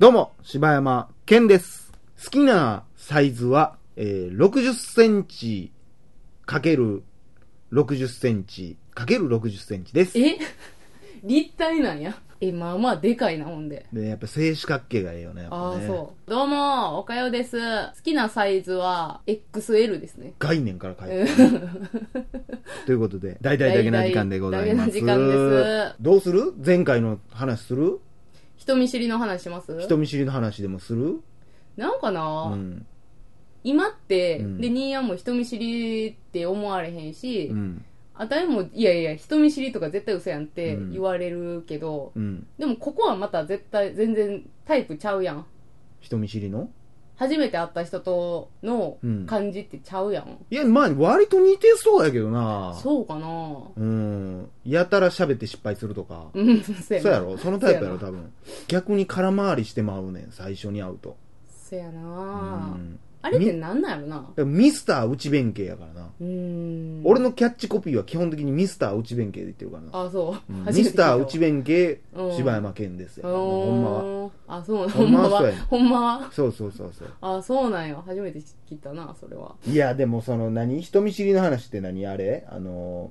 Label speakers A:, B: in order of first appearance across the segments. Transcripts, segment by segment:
A: どうも、柴山健です。好きなサイズは、えー、60センチかける60センチかける60センチです。
B: え 立体なんや。え、まあまあでかいな、ほんで。
A: で、やっぱ正四角形がいいよね。やっ
B: あ
A: ぱ
B: あ、
A: ね
B: そう。どうも、おかよです。好きなサイズは、XL ですね。
A: 概念から変え
B: う
A: る。
B: ん
A: ということで、大体だけな時間でございます。
B: 大々だけな時間です
A: どうする前回の話する
B: 人見知りの話します
A: 人見知りの話でもする
B: なんかな、
A: うん。
B: 今って、
A: うん
B: で、ニーヤも人見知りって思われへんし、
A: うん。
B: あたいも、いやいや、人見知りとか絶対嘘やんって
A: うん
B: 言われるけど、
A: うん。
B: でもここはまた絶対、全然タイプちゃうやん。
A: 人見知りの
B: 初めて会った人との
A: うん
B: 感じってちゃうやん。
A: いや、まあ、割と似てそうやけどな。
B: そうかな
A: うん。やたら喋って失敗するとか。
B: うん、 そうや
A: そうや
B: な。
A: ろそのタイプやろ
B: そ
A: 多分。逆に空回りしてまうねん、最初に会うと。
B: そうや
A: う
B: な、
A: ん。
B: あれってなんなんやろな
A: だからミスター内弁慶やからな。
B: うーん。
A: 俺のキャッチコピーは基本的にミスター内弁慶で言ってるからな。
B: あ、そうう。
A: ん
B: 初め
A: ミス
B: て聞いた
A: タ
B: わ
A: ー内弁慶、
B: うん
A: 柴山健ですよ。
B: おー
A: ほんまは。
B: あ、そう
A: ほ
B: ほ
A: ん
B: ん
A: まは
B: ま
A: そう
B: は
A: やね。
B: ほんまは。
A: そうそうそうそう。
B: あ、そうなんよ。初めて聞いたな、それは。
A: いや、でもその何人見知りの話って何あれあのー、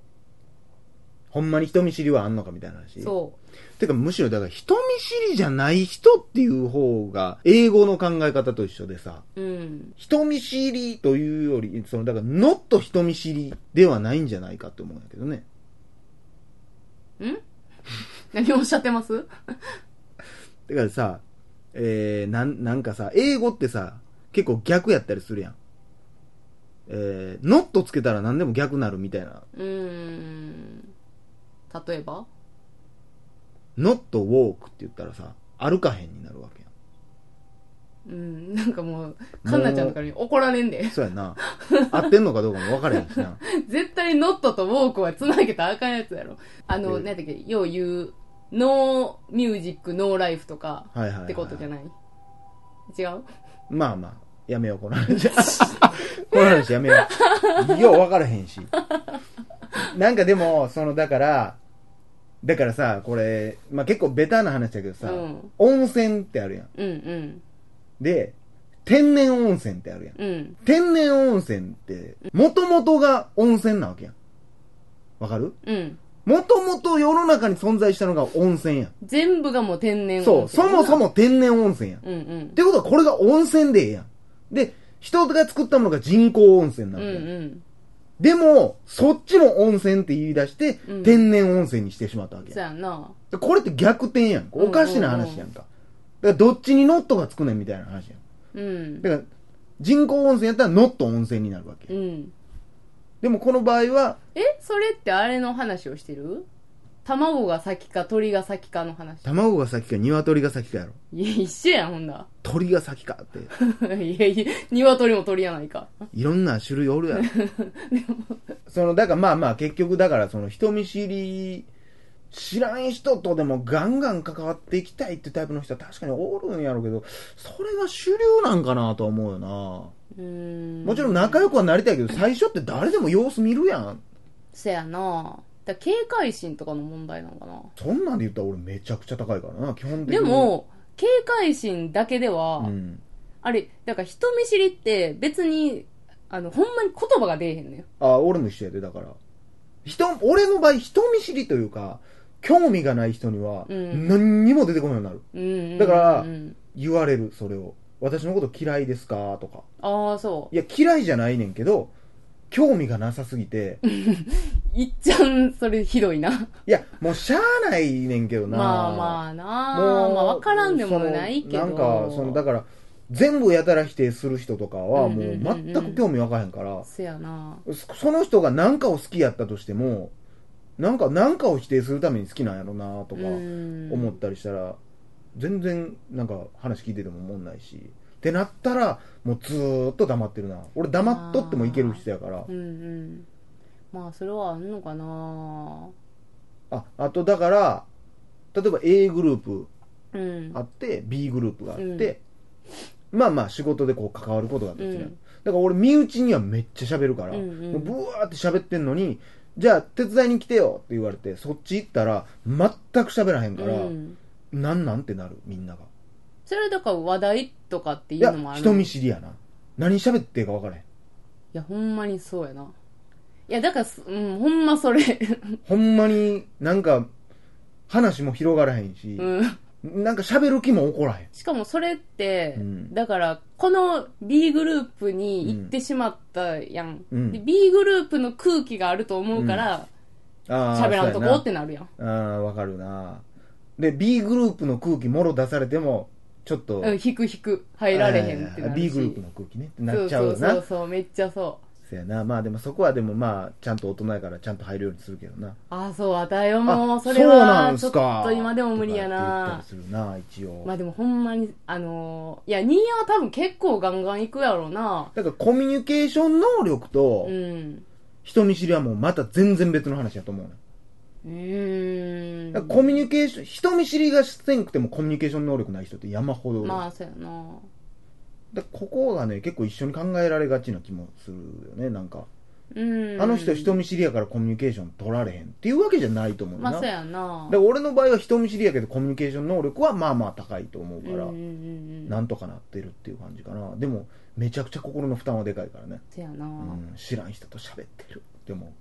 A: ほんまに人見知りはあんのかみたいな話。
B: そ
A: てかむしろだから人見知りじゃない人っていう方が英語の考え方と一緒でさ、
B: う。うん。
A: 人見知りというより、そのだからノット人見知りではないんじゃないかって思うんだけどね。
B: 何をおっしゃってま
A: だ
B: す
A: からさ、えー、なん、なんかさ、英語ってさ、結構逆やったりするやん。えー、ノットつけたら何でも逆なるみたいな。
B: うーん。例えば
A: ノットウォークって言ったらさ、歩かへんになるわけやん。
B: うん。なんかもう、かんなちゃんとかに怒られんで。
A: そうやな。合ってんのかどうかも分からへんしな。
B: 絶対ノットとウォークは繋げたらあかんやつやろ。あの、
A: ええ
B: なんだっけ、よう言う、ノーミュージック、ノーライフとか、
A: はいはい、はい。
B: ってことじゃない違う
A: まあまあ、やめよう、この話。 この話やめよう。よう分からへんし。なんかでも、その、だから、だからさ、これ、まあ結構ベタな話だけどさ、
B: うん
A: 温泉ってあるやん。
B: うんうん。
A: で、天然温泉ってあるやん。
B: うん。
A: 天然温泉って、元々が温泉なわけやん。わかる
B: うん。
A: 元々世の中に存在したのが温泉やん。
B: 全部がもう天然
A: そう、そもそ
B: も。
A: も天然温泉やん。
B: うんう
A: っ
B: ん。
A: てことはこれが温泉でええやん。で、人が作ったものが人工温泉な
B: う
A: わけ
B: ん
A: やん
B: うん。
A: でも、そっちの温泉って言い出して、
B: うん
A: 天然温泉にしてしまったわけ
B: そう
A: や
B: やんな。
A: ん。これって逆転やん。おかしな話やんか。だからどっちにノットがつくねんみたいな話やん。
B: うん。
A: だから、人工温泉やったらノット温泉になるわけ
B: う
A: やん。
B: ん。
A: でもこの場合は、
B: えそれってあれの話をしてる卵が先か鳥が先かの話。
A: 卵が先か鶏が先かやろ。
B: いや、一緒やん、ほんだ。
A: 鳥が先かって、
B: いやいや、鶏も鳥やないか。
A: いろんな種類おる やろ。その、だからまあまあ結局だからその人見知り、知らん人とでもガンガン関わっていきたいってタイプの人は確かにおるんやろうけど、それが主流なんかなとは思うよな。
B: うーん。
A: もちろん仲良くはなりたいけど、最初って誰でも様子見るやん。
B: そやな。だ警戒心とかの問題なのかな。
A: そんなんで言ったら俺めちゃくちゃ高いからな、基本的に。
B: で、も、警戒心だけでは、
A: うん。
B: あれ、だから人見知りって別に、あの、ほんまに言葉が出えへんのよ。
A: あ、俺も一緒やで、だから。人、俺の場合人見知りというか、興味がない人には、
B: うん
A: 何にも出てこないようになる。
B: うんうんうんうん
A: だから言われる、それを。私のこと嫌いですかとか。
B: ああ、そう。
A: いや、嫌いじゃないねんけど、興味がなさすぎて、い
B: いっちゃん、それひどい な。
A: や、もうしゃあないねんけどな。
B: まあまあなあ。まあわからんでもないけど。
A: そのなんか、その、だから、全部やたら否定する人とかは、
B: うん
A: も
B: うん
A: う
B: うんう
A: 全
B: ん
A: く興味わかへんから、
B: せやな。
A: そその人が何かを好きやったとしても、なんか、なんかを否定するために好きなんやろなとか、思
B: 思
A: ったりしたら、全然、なんか、話聞いてても思んないし、ってなったら、もうずーっと黙ってるな。俺黙っとってもいける人やから
B: う、んうん。まあ、それはあんのかな
A: あ、あとだから、例えば A グループ
B: うん
A: あ。って B グループがあって、まあまあ仕事でこう関わることができる、
B: うん
A: だから俺身内にはめっちゃ喋るから、
B: うんうん
A: もうブワーって喋ってんのにじゃあ手伝いに来てよって言われてそっち行ったら全く喋らへんから、
B: うん、
A: なんなんってなるみんなが
B: それだから話題とかってい
A: いうや
B: のもある
A: 人見知りやな何喋っていいか分からへん
B: いやほんまにそうやないやだからすうんほんまそれ
A: ほんまになんか話も広がらへんし、
B: うん
A: なんか喋る気も起こらへん
B: しかもそれって、
A: うん
B: だからこの B グループに行ってしまったやん、
A: うん
B: で B グループの空気があると思うから
A: あー
B: 喋、らん
A: そ
B: と
A: うや
B: こ
A: な
B: ってなるやん
A: あーわかるなで B グループの空気もろ出されてもちょっと、
B: うん、引く引く入られへんって
A: あ
B: な
A: ー
B: るし
A: B グループの空気ねってなっちゃうよな
B: そうそうそうそうめっちゃそう
A: そやなまあでもそこはでもまあちゃんと大人やからちゃんと入るようにするけどな
B: ああそうあたいはもう
A: あ
B: それ
A: うな
B: は
A: ん
B: ち
A: す
B: ょっ
A: か
B: と今でも無理やな
A: とかって言ったりするな一応、
B: まあでもほんまにあのーいや新谷は多分結構ガンガン行くやろうな
A: だからコミュニケーション能力と
B: うん
A: 人見知りはもうまた全然別の話やと思うね
B: うーん
A: だからコミュニケーション人見知りがしてんくてもコミュニケーション能力ない人って山ほどおる
B: まあそうやな
A: だからここがね結構一緒に考えられがちな気もするよねなんか
B: うん
A: あの人人見知りやからコミュニケーション取られへんっていうわけじゃないと思うな、
B: まあそう
A: だか
B: やな
A: ら俺の場合は人見知りやけどコミュニケーション能力はまあまあ高いと思う
B: う
A: か
B: んうん
A: ら、
B: うんうん
A: なんとかなってるっていう感じかなでもめちゃくちゃ心の負担はでかいからね、
B: そうやな、
A: うん、知らん人と喋ってるでも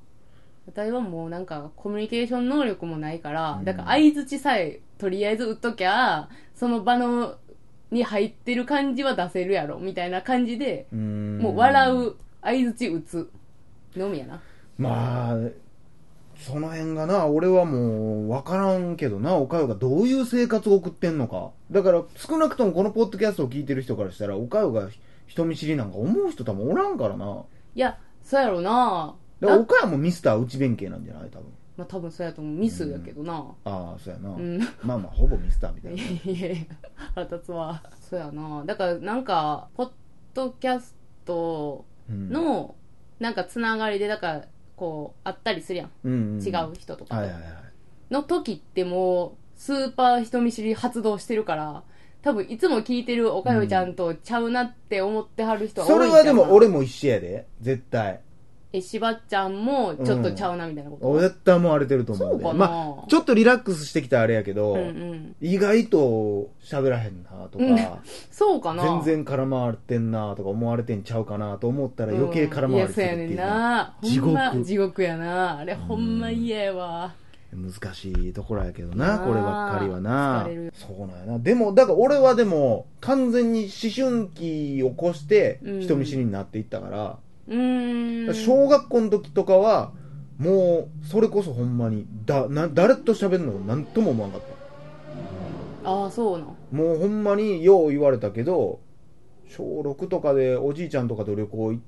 B: 私はもうなんかコミュニケーション能力もないから、
A: うん
B: だから相づちさえとりあえず打っときゃその場のに入ってる感じは出せるやろみたいな感じで、
A: うーん
B: もう笑う相づち打つのみやな
A: まあその辺がな俺はもう分からんけどなおかよがどういう生活を送ってんのかだから少なくともこのポッドキャストを聞いてる人からしたらおかよが人見知りなんか思う人多分おらんからない
B: やそうやろな
A: だから
B: だ
A: 岡山もミスター内弁慶なんじゃない多分
B: まあ多分そうやと思うミスやけどな
A: ああそうやな、
B: うん、
A: まあまあほぼミスターみたい
B: い
A: な
B: やいやいや腹立つわそうやなだからなんかポッドキャスト
A: うん
B: のなんかつながりでだからこうあったりするやん、
A: うんうん
B: 違
A: は
B: う人と
A: い
B: かと、
A: はいはい
B: の時ってもうスーパー人見知り発動してるから多分いつも聞いてるおかよちゃんとちゃうなって思ってはる人は多い
A: そ
B: んちゃ
A: れ
B: う
A: は
B: な
A: でも俺も一緒やで絶対
B: えしばちゃんもちょっとちゃうなみたいなこと、
A: 絶対思われてると思
B: そううん
A: で
B: かな、
A: まあちょっとリラックスしてきたらあれやけど、
B: うんうん、
A: 意外と喋らへんなとか、
B: そうかな
A: 全然絡まれてんなとか思われてんちゃうかなと思ったら余計絡まれてるって
B: うん
A: いう
B: い
A: の
B: や
A: は
B: そうやねんなほんま
A: 地獄
B: 地獄やなあれほんま嫌やわ
A: 難しいところやけどな
B: なあ
A: こればっかりはな
B: 疲れる
A: そうなんやなでもだから俺はでも完全に思春期を越して
B: うん
A: 人見知りになっていったから、
B: うーん
A: 小学校の時とかはもうそれこそほんまにだな誰と喋るの何とも思わなかった
B: ああそうなん
A: もうほんまによう言われたけど小6とかでおじいちゃんとかと旅行行っ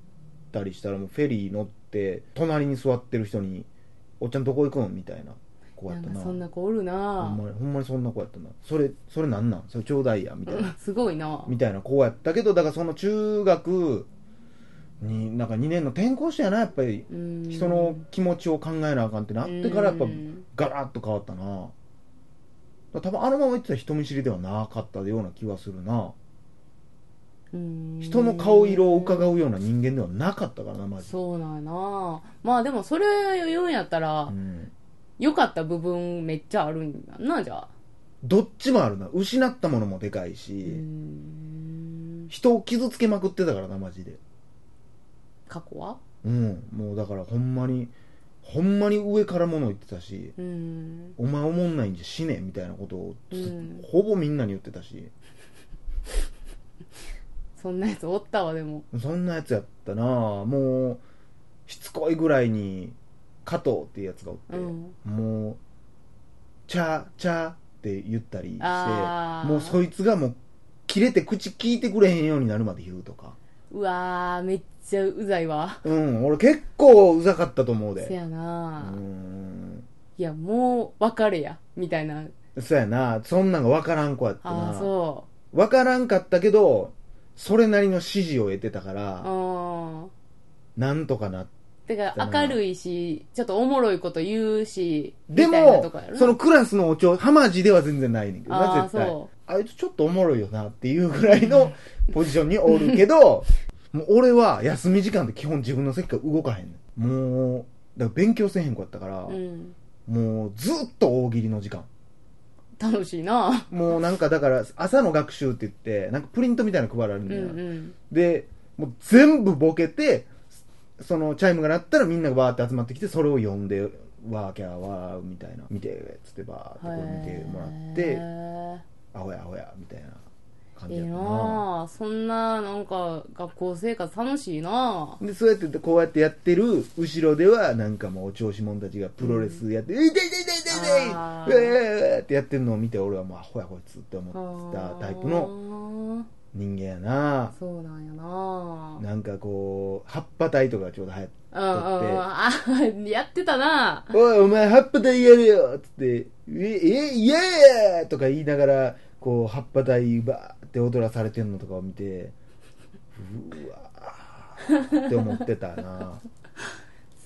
A: たりしたらもうフェリー乗って隣に座ってる人に「おっちゃんどこ行くん?」みたいな子や
B: な
A: っ
B: ん
A: た
B: か
A: な
B: そんな子おる
A: ほん
B: な
A: まにほんまにそんな子やったなそれそれなんなんそれちょうだいやみたいな
B: すごいな
A: みたいな子やったけどだからその中学になんか2年の転校してやなやっぱり
B: うん
A: 人の気持ちを考えなあかんってなってからやっぱ
B: うん
A: ガラッと変わったなだから多分あのまま言ってたら人見知りではなかったような気はするな
B: うん
A: 人の顔色を伺うような人間ではなかったからなマジで、
B: そうなんやなまあでもそれ言うんやったら
A: うん、
B: 良かった部分めっちゃあるんやんなじゃあ
A: どっちもあるな失ったものもでかいうし、
B: ん
A: 人を傷つけまくってたからなマジで
B: 過去は
A: うんもうだからほんまにほんまに上から物言ってたし
B: うん
A: お前おもんないんじゃ死ねみたいなことをず、
B: うん
A: ほぼみんなに言ってたし
B: そんなやつおったわでも
A: そんなやつやったなもうしつこいぐらいに加藤っていうやつがおって、
B: うん
A: もう「チャーチャー」って言ったりして
B: あー
A: もうそいつがもう切れて口聞いてくれへんようになるまで言うとか
B: うわーめっちゃうざいわ
A: うん俺結構うざかったと思う
B: せ
A: で
B: や
A: う
B: な、
A: ん
B: いやもう別れやみたいな
A: そうやなそんなんが分からん子やった
B: ああ
A: な
B: そ
A: 分からんかったけどそれなりの指示を得てたから、
B: ううん
A: なんとかな
B: てか
A: だな
B: 明るいしちょっとおもろいこと言うし
A: で
B: みたいな
A: も
B: とこやろ
A: そのクラスのお長ハマジでは全然ないねんけど
B: あ
A: な
B: あ
A: 絶対
B: そ
A: あいつちょっとおもろいよなっていうぐらいのポジションに おるけどもう俺は休み時間で基本自分の席から動かへんねんもうだから勉強せへん子やったから、
B: うん。
A: もうずっと大喜利の時間
B: 楽しいな。
A: もうなんかだから朝の学習って言ってなんかプリントみたいなの配られる
B: うんん
A: だ
B: う
A: よ、
B: ん。
A: でもう全部ボケてそのチャイムが鳴ったらみんながバーって集まってきてそれを読んでワーキャーワーみたいな見てっつってバーってこれ見てもらって
B: て。
A: アホやアホやみたいな感じ
B: いい
A: やったな
B: なあそんな、なんか、学校生活楽しいな
A: でそうやってこうやってやってる後ろではなんかもうお調子者たちがプロレスやって「いていていていていて
B: あ
A: う
B: ー
A: えーってやってるのを見て俺はもうアホやこいつって
B: あ
A: 思って
B: ー
A: たタイプの人間やな
B: そうなんやな
A: なんかこう葉っぱ隊とかちょうど流行って
B: うんうんうん。あ、やってたな
A: おい、お前、葉っぱ隊やれよっつって、え、え、イエーイとか言いながら、こう、葉っぱ隊バーって踊らされてんのとかを見て、うわーって思ってた な。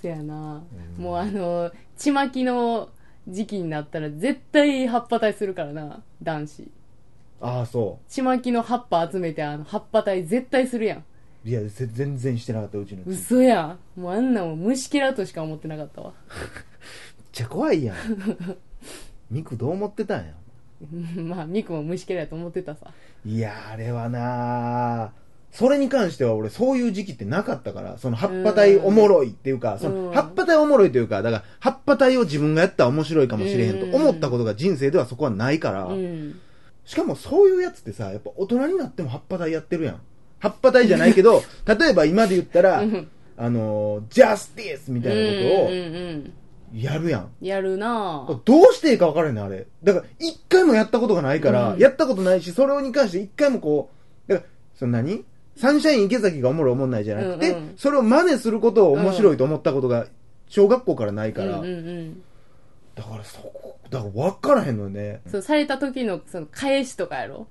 B: せやな、
A: うん
B: もうあの、ちまきの時期になったら絶対葉っぱ隊するからな、男子。
A: ああ、そ
B: ちまきの葉っぱ集めて、あの、葉っぱ隊絶対するやん。
A: う。いや、ぜ全然してなかった、うちのチーム。めっ
B: 嘘やん。もうあんなもん虫けらとしか思ってなかったわ。
A: ちゃ怖いやん。ミクどう思ってたんや。
B: まあ、ミクも虫けらやと思ってたさ。
A: いやー、あれはなー。それに関しては俺そういう時期ってなかったから、その葉っぱ隊おもろいっていうか、その
B: うん
A: 葉っぱ隊おもろいというか、だから葉っぱ隊を自分がやったら面白いかもしれへんと
B: うん
A: 思ったことが人生ではそこはないから、
B: うん。
A: しかもそういうやつってさ、やっぱ大人になっても葉っぱ隊やってるやん。葉っぱ隊じゃないけ ど、例えば今で言ったら、
B: うん
A: あのー、ジャスティスみたいな
B: うん
A: こ
B: うんうん。
A: とをやるやん。
B: やるな
A: どうしていいか分からへんねんあれ。だから、一回もやったことがないから、
B: うん
A: やったことないし、それに関して一回もこう、だから、その何サンシャイン池崎がおもろいおもんないじゃなくて、
B: うんうん
A: それを真似することを面白いと思ったことが、小学校からないから、
B: うんうんうん。
A: だからそこ、だから分からへんのよね。
B: そう、された時の、その、返しとかやろ。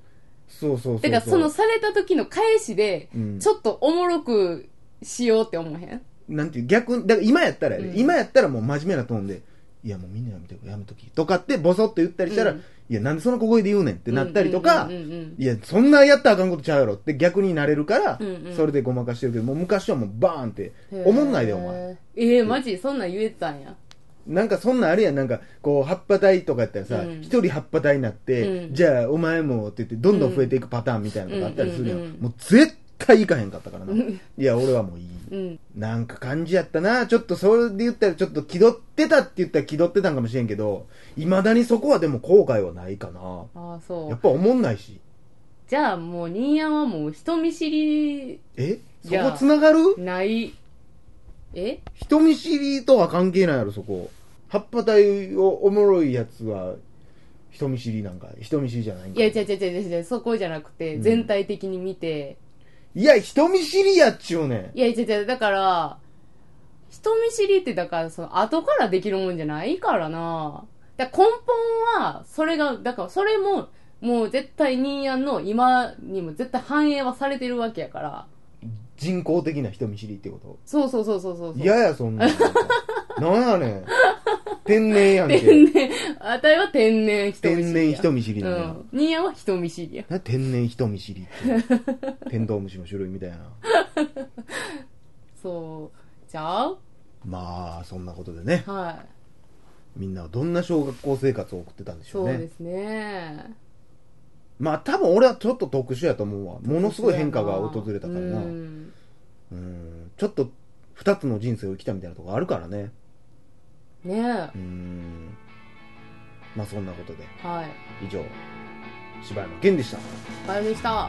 A: そうそうそう
B: だから、その、された時の返しで
A: うん、
B: ちょっとおもろくしようって思わへん
A: なんていう、逆に、だから今やったらやで、
B: うん
A: 今やったらもう真面目なトーンで、いやもうみんなやめてやめとき、とかってボソッと言ったりしたら、
B: うん
A: いやなんでその小声で言うねんってなったりとか、
B: うんうんうん
A: いや、そんなやったらあかんことちゃうやろって逆になれるから、
B: うんうん
A: それでごまかしてるけど、もう昔はもうバーンって、
B: うん
A: おもんないでお前。。
B: ええマジそんなん言えてたんや。
A: なんかそんなんあるやん、なんか、こう、葉っぱ隊とかやったらさ、
B: うん
A: 一、人葉っぱ隊になって、
B: うん
A: じゃあお前もって言って、どんどん増えていくパターンみたいなのがあったりするやん。
B: うんうんうんうん
A: もう絶対行かへんかったから な。いや、俺はもういい。
B: うん。
A: なんか感じやったな。ちょっとそれで言ったらちょっと気取ってたって言ったら気取ってたんかもしれんけど、未だにそこはでも後悔はないかな。
B: ああ、そ
A: やっ
B: う。
A: ぱ思んないし。
B: じゃあもう、ニーヤンはもう人見知り
A: えそ
B: いや
A: こ繋がる
B: ない。え
A: 人見知りとは関係ないやろ、そこ。葉っぱ隊をおもろいやつは、人見知りなんか、人見知りじゃないん
B: い
A: か。
B: や、違う違う違う違う、そこじゃなくて、
A: うん
B: 全体的に見て、
A: いや、人見知りやっちゅうねん。
B: いや、違う違う、だから、人見知りって、だから、その、後からできるもんじゃないからな。だから根本は、それが、だから、それも、もう絶対、ニーヤンの今にも絶対反映はされてるわけやから。
A: 人工的な人見知りってこと。
B: そうそうそうそうそうそう。
A: 嫌やや、そんなん。 なんやねん。天然やん
B: 天
A: け。
B: 然、あたいは天然人見知りや。
A: 天然人見知り
B: う
A: なんや。
B: ん。ニーヤンは人見知りや。
A: な天然人見知りって。テントウムシの種類みたいな。
B: そう。ちゃう
A: まあ、そんなことでね。
B: は
A: みんなはどんな小学校生活を送ってたんで
B: い。
A: しょ
B: そう
A: ね。
B: うですね。
A: まあ、多分俺はちょっと特殊やと思うわ。ものすごい変化が訪れたからな。
B: うん
A: うんちょっと二つの人生を生きたみたいなとこあるからね。う
B: ねえ。
A: ん。まあそんなことで、
B: はい。
A: 以上、柴山健でした。
B: バイオでした。